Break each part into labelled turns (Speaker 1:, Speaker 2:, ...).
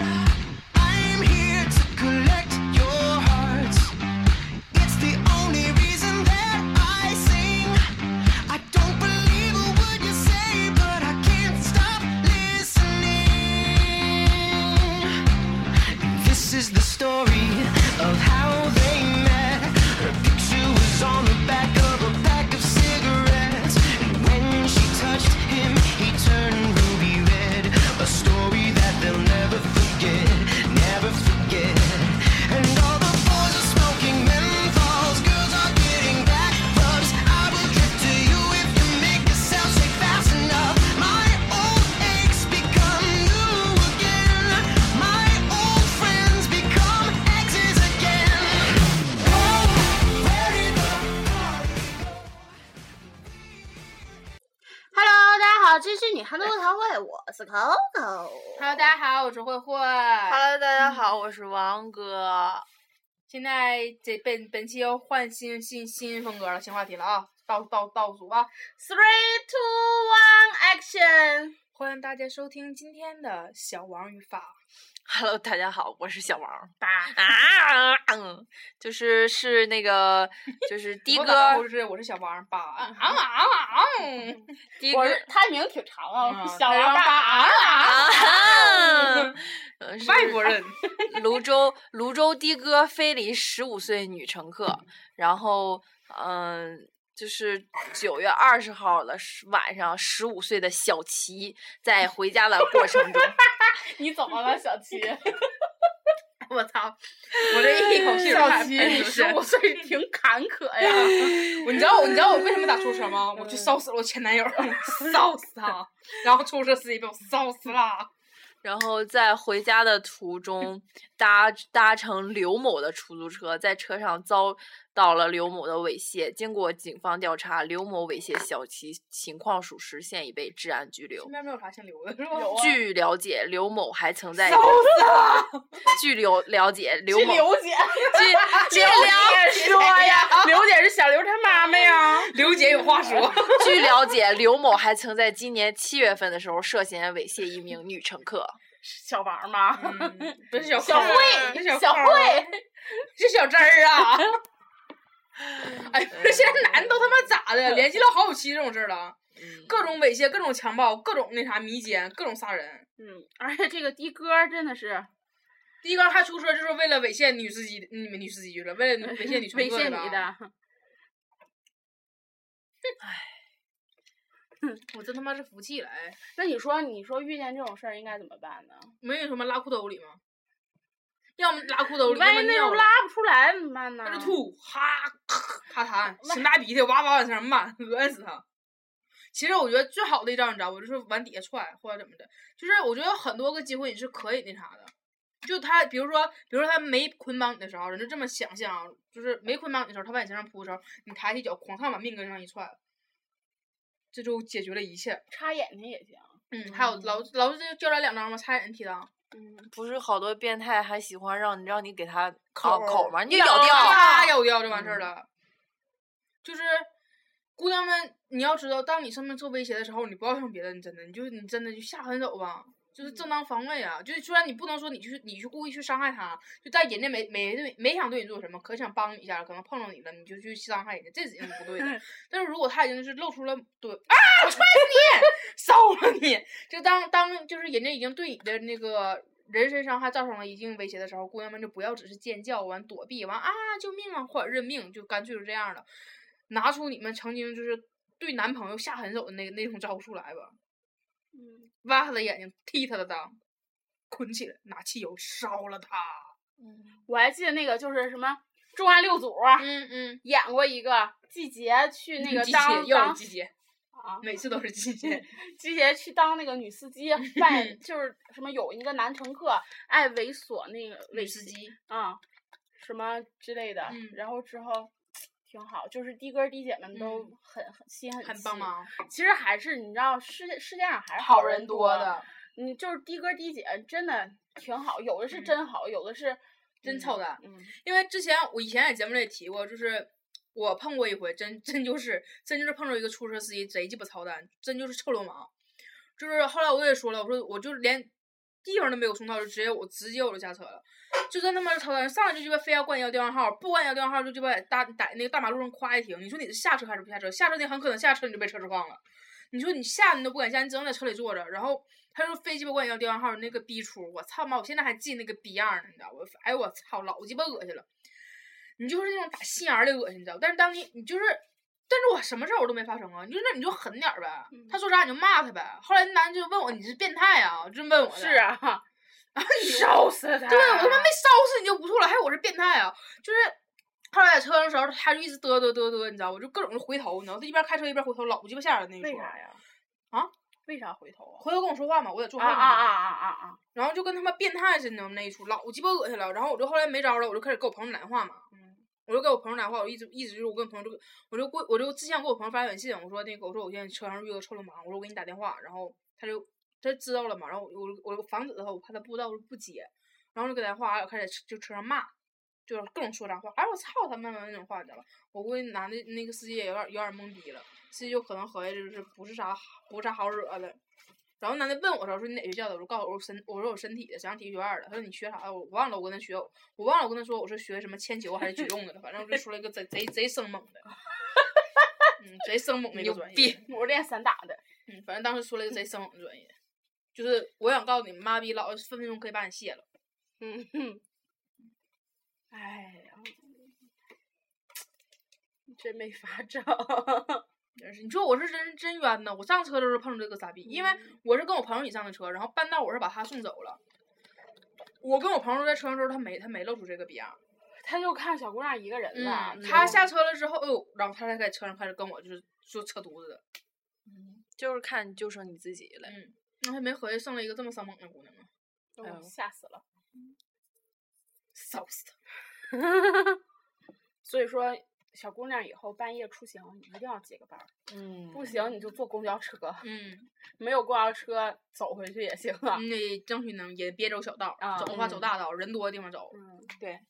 Speaker 1: I'm here to collect your hearts. It's the only reason that I sing. I don't believe a word you say, but I can't stop listening. This is the story of how they met. Her picture was on the back of a pack of cigarettes. And when she touched him, he turned ruby red. A story that they'll never forget, never forget. And all the boys are smoking menthols, girls are getting back rubs. I will drift to you if you make yourself say fast enough. My old aches become new again. My old friends become exes again. Oh, where did the
Speaker 2: Hello，大家好，这是女汉子卧谈会，我是 Coco。
Speaker 3: Hello，大家好，我是慧慧。
Speaker 4: Hello，大家好，我是王哥。
Speaker 3: 现在这本本期要换新新新风格了，新话题了啊！倒倒倒数啊
Speaker 2: ，Three, two, one, action！
Speaker 3: 欢迎大家收听今天的小王语法
Speaker 4: Hello，大家好，我是小王。
Speaker 3: 吧。
Speaker 4: 啊，嗯，就是是那个，就是的
Speaker 3: 我
Speaker 4: 哥
Speaker 3: 感到不是，我是小王吧。啊 啊啊啊！
Speaker 4: 的哥
Speaker 2: 他名挺长
Speaker 3: 嗯大家吧啊啊啊！
Speaker 4: 啊，呃是
Speaker 3: 外国人，
Speaker 4: 泸州泸州的哥非礼十五岁女乘客，然后嗯、就是九月二十号的时晚上，十五岁的小齐在回家的过程中，
Speaker 2: 你怎么了，小七？
Speaker 3: 我操！我这一口气儿
Speaker 2: 小
Speaker 3: 还
Speaker 2: 七，
Speaker 3: 喷
Speaker 2: 你
Speaker 3: 出去
Speaker 2: 十五岁挺坎坷呀。
Speaker 3: 我你知道我你知道我为什么打出租车吗？我去烧死了我前男友，烧死他，然后出租车司机被我烧死了。
Speaker 4: 然后在回家的途中搭搭乘刘某的出租车，在车上遭到了刘某的猥亵。经过警方调查，刘某猥亵小齐情况属实，现已被治安拘留
Speaker 3: 身。边没有啥姓刘的是吧？
Speaker 2: 啊
Speaker 4: 据了解，刘某还曾在
Speaker 3: 烧死了。啊
Speaker 4: 据了了解，刘
Speaker 2: 是
Speaker 4: 某
Speaker 2: 刘 姐，
Speaker 4: 据据了
Speaker 2: 姐说呀，
Speaker 3: 刘姐是小刘他妈妈呀。 刘姐有话说。
Speaker 4: 据了解，刘某还曾在今年七月份的时候涉嫌猥亵一名女乘客。
Speaker 2: 小王吗？
Speaker 3: 嗯
Speaker 2: 嗯
Speaker 3: 不是小
Speaker 2: 小
Speaker 3: 慧儿
Speaker 2: 慧，
Speaker 3: 是
Speaker 2: 小
Speaker 3: 小
Speaker 2: 慧
Speaker 3: 扣儿，是小珍 儿啊。哎，不是现在男的都他妈咋的？联系了好几期这种事儿了，
Speaker 4: 嗯
Speaker 3: 各种猥亵，各种强暴，各种那啥迷奸，各种杀人。
Speaker 2: 嗯，而且这个的哥真的是
Speaker 3: 第一个还出车就是为了猥亵女司机，你们女司机去了，为了啊猥亵女乘
Speaker 2: 猥
Speaker 3: 客
Speaker 2: 亵
Speaker 3: 吧
Speaker 2: 你的。
Speaker 3: 我真他妈是服气了，哎，
Speaker 2: 那你说，你说遇见这种事儿应该怎么办呢？
Speaker 3: 没有什么拉裤兜里吗？要么拉裤兜
Speaker 2: 你
Speaker 3: 里，
Speaker 2: 万
Speaker 3: 要
Speaker 2: 一
Speaker 3: 么
Speaker 2: 那
Speaker 3: 尿
Speaker 2: 又
Speaker 3: 了
Speaker 2: 拉不出来怎么办呢？
Speaker 3: 那就吐，哈，啪痰，擤大鼻涕，哇哇往身上漫，恶心死他。其实我觉得最好的一招，你知道不？就是往底下踹或者怎么的，就是我觉得有很多个机会你是可以那啥的。就他，比如说，比如说他没捆绑你的时候，人就这么想象啊，就是没捆绑你的时候，他往你身上扑的时候，你抬起脚狂上往命根上一踹，这就解决了一切。
Speaker 2: 插眼睛也行。
Speaker 3: 嗯，还有老老是叫来两张嘛，差点踢裆，
Speaker 4: 不是好多变态还喜欢让你让你给他口
Speaker 3: 口
Speaker 4: 口哦吗？你就咬掉。啊嗯
Speaker 3: 啪咬掉就完事儿了。就是姑娘们，你要知道，当你上面受威胁的时候，你不要想别的，你真的，你就你真的就下狠手吧，就是正当防卫啊。就是虽然你不能说你去你去故意去伤害他，就在人家没没对没想对你做什么，可想帮你一下，可能碰着你了，你就去伤害人家，这是不对 的。但是如果他已经是露出了对啊，我踹 死你，烧了你，就当当就是人家已经对你的那个人身伤害造成了一定威胁的时候，姑娘们就不要只是尖叫完躲避完啊救命啊或者认命，就干脆就这样了，拿出你们曾经就是对男朋友下狠手的那那种招数来吧，
Speaker 2: 嗯，
Speaker 3: 挖他的眼睛，踢他的裆，捆起来，拿汽油烧了他。
Speaker 2: 我还记得那个就是什么《重案六组》啊
Speaker 3: 嗯嗯，
Speaker 2: 演过一个季节去那个
Speaker 3: 季
Speaker 2: 当
Speaker 3: 节又是
Speaker 2: 当
Speaker 3: 季节，
Speaker 2: 啊，
Speaker 3: 每次都是 季节。
Speaker 2: 季节去当那个女司机，
Speaker 3: 嗯
Speaker 2: 扮演就是什么有一个男乘客爱猥琐那个
Speaker 3: 女
Speaker 2: 猥
Speaker 3: 司机，
Speaker 2: 啊、什么之类的，
Speaker 3: 嗯
Speaker 2: 然后之后挺好，就是的哥的姐们都很、很心很
Speaker 3: 嗯很
Speaker 2: 细
Speaker 3: 帮。忙，
Speaker 2: 其实还是你知道世界世界上还是
Speaker 3: 好
Speaker 2: 人嗯
Speaker 3: 人多的。
Speaker 2: 你就是的哥的姐真的挺好，有的是真好，有的是
Speaker 3: 嗯真
Speaker 2: 嗯
Speaker 3: 操蛋
Speaker 2: 嗯
Speaker 3: 因为之前我以前在节目里也提过，就是我碰过一回，真真就是真就是碰着一个出租车司机贼鸡巴操蛋，真就是臭流氓。就是后来我也说了，我说我就连地方都没有送到，就直接我直接我就下车了，就真他妈是操蛋，上来就鸡巴非要管你要电话号，不管你要电话号就鸡巴在大在那个大马路上夸一停，你说你是下车还是不下车？下车你很可能下车你就被车撞了。你说你下你都不敢下，你只能在车里坐着。然后他说非鸡巴管你要电话号，那个逼出，我操妈！我现在还记那个逼样儿呢，你知道我，哎呦我操，老鸡巴恶心了。你就是那种打心眼儿里恶心，你知道？但是当你你就是，但是我什么事儿我都没发生啊。你就那你就狠点儿呗，
Speaker 2: 嗯
Speaker 3: 他说啥你就骂他呗。后来那男的就问我你是变态啊，真问我的哎
Speaker 2: 是 啊，烧死他！
Speaker 3: 对啊我他妈没烧死你就不错了，还有我是变态啊！就是后来在车上的时候，他就一直嘚嘚嘚嘚，你知道，我就各种回头，你知道，他一边开车一边回头，老鸡巴吓人那一
Speaker 2: 为
Speaker 3: 说。
Speaker 2: 啥呀？
Speaker 3: 啊？
Speaker 2: 为啥回头啊？
Speaker 3: 回头跟我说话嘛，我得坐后
Speaker 2: 啊
Speaker 3: 面
Speaker 2: 啊
Speaker 3: 嘛。
Speaker 2: 啊啊啊啊！
Speaker 3: 然后就跟他妈变态似的那一出，老鸡巴恶心了。然后我就后来没招了，我就开始给我朋友打电话嘛，
Speaker 2: 嗯
Speaker 3: 我就给我朋友打电话，我一直一直就是我跟朋友就我就过我就之前给我朋友发短信，我说那个我说我现在车上遇到臭流氓，我说我给你打电话，然后他就他知道了嘛，然后我我我防止他，我怕他不知道，我就不接，然后就给他电话，开始就车上骂，就是各种说脏话，哎我操他们那种话，你知道吧？我估计男的那个司机也有点有点懵逼了，司机就可能合计就是不是啥不是啥好惹的。然后男的问我说：“说你哪学校的？”我说：“告诉我我身我说我身体的，沈阳体育学院的。”他说：“你学啥的？”我忘了，我跟他学，我忘了我跟他说我是学什么铅球还是举重的了，反正我就说了一个贼贼贼生猛的，嗯，贼生猛的一个
Speaker 4: 牛
Speaker 3: 专业
Speaker 4: 逼，
Speaker 2: 我是练散打的，
Speaker 3: 嗯，反正当时说了一个贼生猛的专业，就是我想告诉你，妈逼老子分分钟可以把你卸了。
Speaker 2: 嗯哼，
Speaker 3: 哎呀，
Speaker 2: 真没法整。
Speaker 3: 真是，你说我是真真冤呐！我上车的时候碰着这个傻逼，因为我是跟我朋友一起上的车，然后半道我是把他送走了。我跟我朋友在车上的时候，他没他没露出这个逼样儿。
Speaker 2: 他就看小姑娘一个人了，
Speaker 3: 嗯，
Speaker 2: 就
Speaker 3: 他下车了之后，哎呦，然后他才在车上开始跟我就是就扯犊子了。
Speaker 4: 就是看就剩你自己了。
Speaker 3: 嗯，那还没合计剩了一个这么生猛的姑娘吗？
Speaker 2: 哎呦
Speaker 4: 哎呦
Speaker 2: 吓死了。
Speaker 3: 骚嗯死她！
Speaker 2: 所以说，小姑娘以后半夜出行一定要结个伴儿，
Speaker 4: 嗯
Speaker 2: 不行你就坐公交车，
Speaker 3: 嗯，
Speaker 2: 没有公交车走回去也行啊。
Speaker 3: 你得争取能也别走小道儿，
Speaker 2: 啊
Speaker 3: 走的话走
Speaker 4: 嗯
Speaker 3: 大道儿，人多的地方走。
Speaker 2: 嗯，对。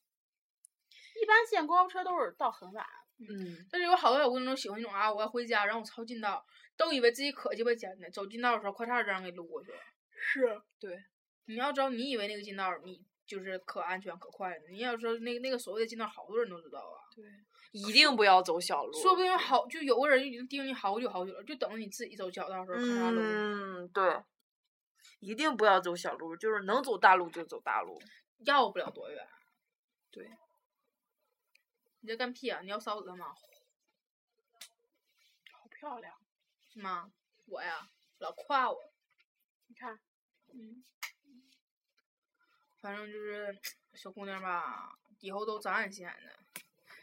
Speaker 2: 一般现在公交车都是到很晚，
Speaker 4: 嗯，
Speaker 3: 但是有好多小姑娘都喜欢那种啊，我要回家，然后我抄近道，都以为自己可鸡巴尖呢，走近道的时候咔嚓就让给撸过去了。
Speaker 2: 是
Speaker 3: 你要知道，你以为那个近道儿你就是可安全可快的，你要知道那个那个所谓的近道，好多人都知道啊。
Speaker 4: 一定不要走小路。
Speaker 3: 说不定好就有个人已经盯你好久好久了，就等着你自己走小道的时候咔嚓撸。
Speaker 4: 嗯，对，一定不要走小路，就是能走大路就走大 路。
Speaker 3: 要不了多远。
Speaker 4: 对，
Speaker 3: 你在干屁啊？你要烧死他吗？
Speaker 2: 好漂亮。
Speaker 3: 是吗？我呀，老夸我，
Speaker 2: 你看，
Speaker 3: 反正就是小姑娘吧，以后都长眼心眼的，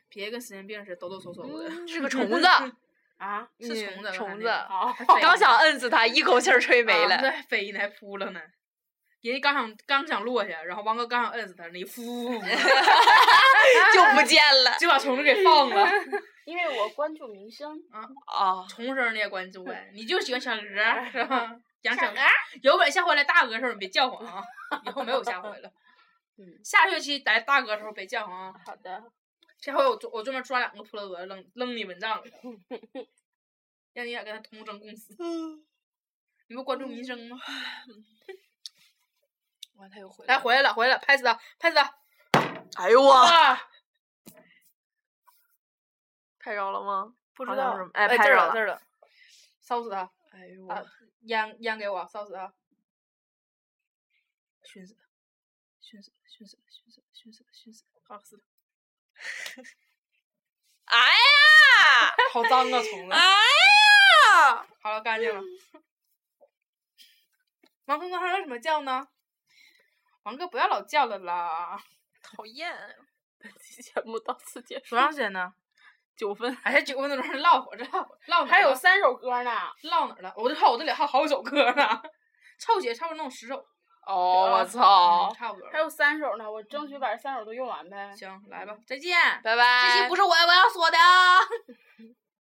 Speaker 3: 别跟神经病似的抖抖擞擞的。
Speaker 4: 是个虫子，
Speaker 2: 啊，
Speaker 3: 是
Speaker 4: 嗯
Speaker 3: 虫子吧
Speaker 4: 虫
Speaker 3: 那
Speaker 4: 子
Speaker 3: 个。
Speaker 2: 好，
Speaker 3: 飞
Speaker 4: 刚
Speaker 3: 呢
Speaker 4: 想摁死它，一口气儿吹没
Speaker 3: 啊那
Speaker 4: 了。
Speaker 3: 还飞呢，还扑了呢。人家刚想刚想落下，然后王哥刚想摁死他，你呼
Speaker 4: 就不见了
Speaker 3: 就把虫子给放了。
Speaker 2: 因为我关注明星，
Speaker 4: 啊！
Speaker 3: 虫声你也关注呗，你就喜欢小鹅 儿是吧？养
Speaker 2: 小
Speaker 3: 小鹅儿，有本事下回来大鹅的时候你别叫唤啊，以后没有下回 了。
Speaker 2: 嗯
Speaker 3: 下学期来大鹅的时候别叫唤啊，
Speaker 2: 好的，
Speaker 3: 下回我专我专门抓两个破鹅扔扔你蚊 帐里头，让你俩跟他同生共 死。你们关注民生吗？
Speaker 4: 哇，它又回
Speaker 3: 来
Speaker 4: 来。
Speaker 3: 回来了，回来了，拍死他，拍死他！
Speaker 4: 哎呦 我，
Speaker 3: 啊，
Speaker 4: 拍着了吗？
Speaker 3: 不
Speaker 4: 好
Speaker 3: 知
Speaker 4: 像
Speaker 3: 道
Speaker 4: 是，哎
Speaker 3: 哎，
Speaker 4: 拍
Speaker 3: 这儿
Speaker 4: 着
Speaker 3: 了
Speaker 4: 了
Speaker 3: 这儿了，烧死他！
Speaker 4: 哎呦
Speaker 3: 啊，烟烟给我，烧死他！熏死他！熏死他！熏死他！熏死他！熏死他！熏死他！烫死他！
Speaker 4: 哎 呀，
Speaker 3: 好脏啊，虫子！
Speaker 4: 哎呀，
Speaker 3: 好了，干净 了。王哥刚才为什么叫呢？王哥不要老叫了啦！
Speaker 4: 讨厌！
Speaker 2: 本期节目到此结束
Speaker 3: 多，长时间呢？
Speaker 2: 九分，
Speaker 3: 哎呀，九分钟唠会儿，唠会儿，唠哪儿
Speaker 2: 还有
Speaker 3: 了
Speaker 2: 三首歌呢。
Speaker 3: 唠哪儿了？我就看我这里还有好几首歌呢， 凑齐差不多弄十首。
Speaker 4: 哦，我
Speaker 2: 啊
Speaker 3: 哦，
Speaker 4: 操！
Speaker 3: 差不多了。
Speaker 2: 还有三首呢，我争取把这三首都用完呗。
Speaker 3: 嗯行，来吧，再见。
Speaker 4: 拜拜。哦
Speaker 3: 这期不是我我要说的啊。